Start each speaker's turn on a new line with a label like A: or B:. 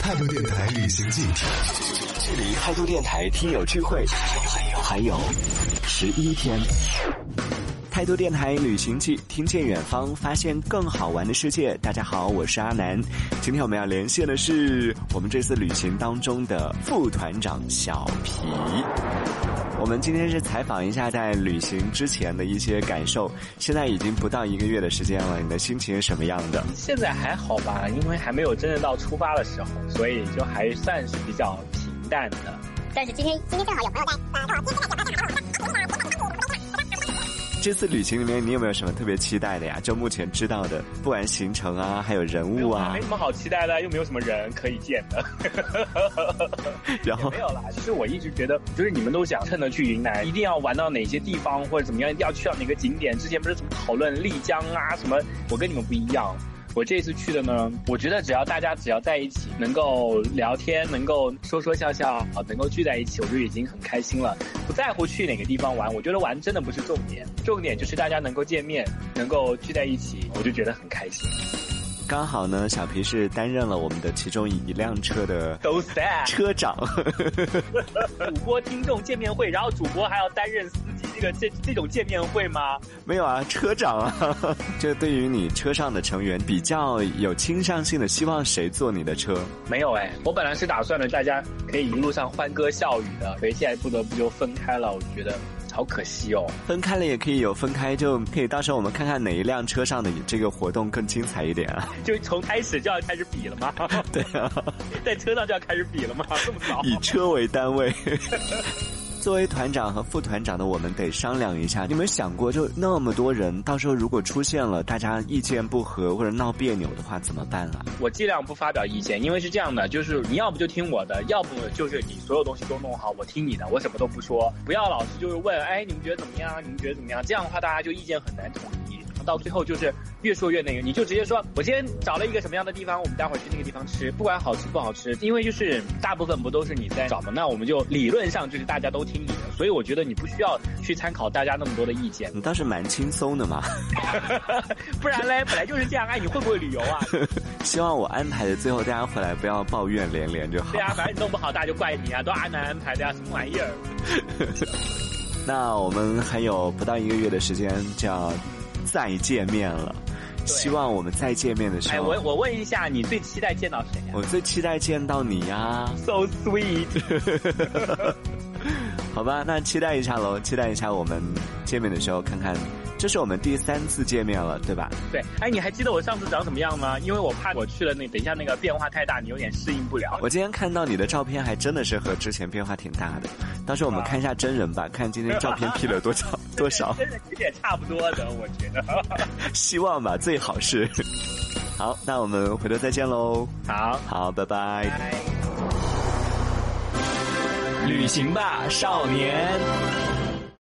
A: 态度电台旅行记，
B: 距离开度电台听友聚会还有十一天。态度电台旅行记，听见远方，发现更好玩的世界。大家好，我是阿南。今天我们要连线的是我们这次旅行当中的副团长小皮。我们今天是采访一下在旅行之前的一些感受。现在已经不到一个月的时间了，你的心情是什么样的？
C: 现在还好吧，因为还没有真正到出发的时候，所以就还算是比较平淡的。
D: 但是今天今天正好有朋友在，呃，跟我今天在酒吧正好有
B: 这次旅行里面，你有没有什么特别期待的呀？就目前知道的，不管行程啊，还有人物啊
C: 没，什么好期待的，又没有什么人可以见的。
B: 然后
C: 没有啦，其实我一直觉得，就是你们都想趁着去云南，一定要玩到哪些地方或者怎么样，一定要去到哪个景点。之前不是怎么讨论丽江啊什么，我跟你们不一样。我这次去的呢，我觉得只要大家只要在一起，能够聊天，能够说说笑笑，啊，能够聚在一起，我就已经很开心了。不在乎去哪个地方玩，我觉得玩真的不是重点，重点就是大家能够见面，能够聚在一起，我就觉得很开心。
B: 刚好呢，小皮是担任了我们的其中一辆车 的
C: 都 sad。
B: 车长，
C: 主播听众见面会，然后主播还要担任司机，这个这这种见面会吗？
B: 没有啊，车长啊。 这对于你车上的成员比较有倾向性的，希望谁坐你的车？
C: 没有哎，我本来是打算的，大家可以一路上欢歌笑语的，所以现在不得不就分开了，我觉得好可惜哦。
B: 分开了也可以有分开，就可以到时候我们看看哪一辆车上的这个活动更精彩一点啊。
C: 就从开始就要开始比了吗？
B: 对啊，
C: 在车上就要开始比了吗？这么早？
B: 以车为单位。 作为团长和副团长的我们得商量一下，你有没有想过，就那么多人，到时候如果出现了大家意见不合或者闹别扭的话，怎么办啊？
C: 我尽量不发表意见，因为是这样的，就是你要不就听我的，要不就是你所有东西都弄好，我听你的，我什么都不说，不要老是就是问，哎，你们觉得怎么样？你们觉得怎么样？啊这样的话，大家就意见很难统一。到最后就是越说越那个，你就直接说，我今天找了一个什么样的地方，我们待会儿去那个地方吃，不管好吃不好吃，因为就是大部分不都是你在找嘛，那我们就理论上就是大家都听你的，所以我觉得你不需要去参考大家那么多的意见，
B: 你倒是蛮轻松的嘛。
C: 不然嘞，本来就是这样，哎，你会不会旅游啊？
B: 希望我安排的最后大家回来不要抱怨连连就好
C: 对。啊，反正你弄不好，大家就怪你啊，都阿南安排的呀、什么玩意儿？
B: 那我们还有不到一个月的时间就要再见面了，希望我们再见面的时
C: 哎，
B: 候，
C: 我我问一下，你最期待见到谁呀、
B: 哦我最期待见到你呀、
C: s o sweet，
B: 好吧，那期待一下喽，期待一下我们见面的时候看看。这是我们第三次见面了，对吧？
C: 对，哎，你还记得我上次长什么样吗？因为我怕我去了那，等一下那个变化太大，你有点适应不了。
B: 我今天看到你的照片，还真的是和之前变化挺大的。到时候我
C: 啊
B: 们看一下真人吧，看今天照片 P 了多 少多少，
C: 真的有点差不多的，我觉得。
B: 希望吧，最好是。 好，那我们回头再见喽。
C: 好，
B: 好，拜拜。
C: 哎拜。
B: 旅行吧，少年。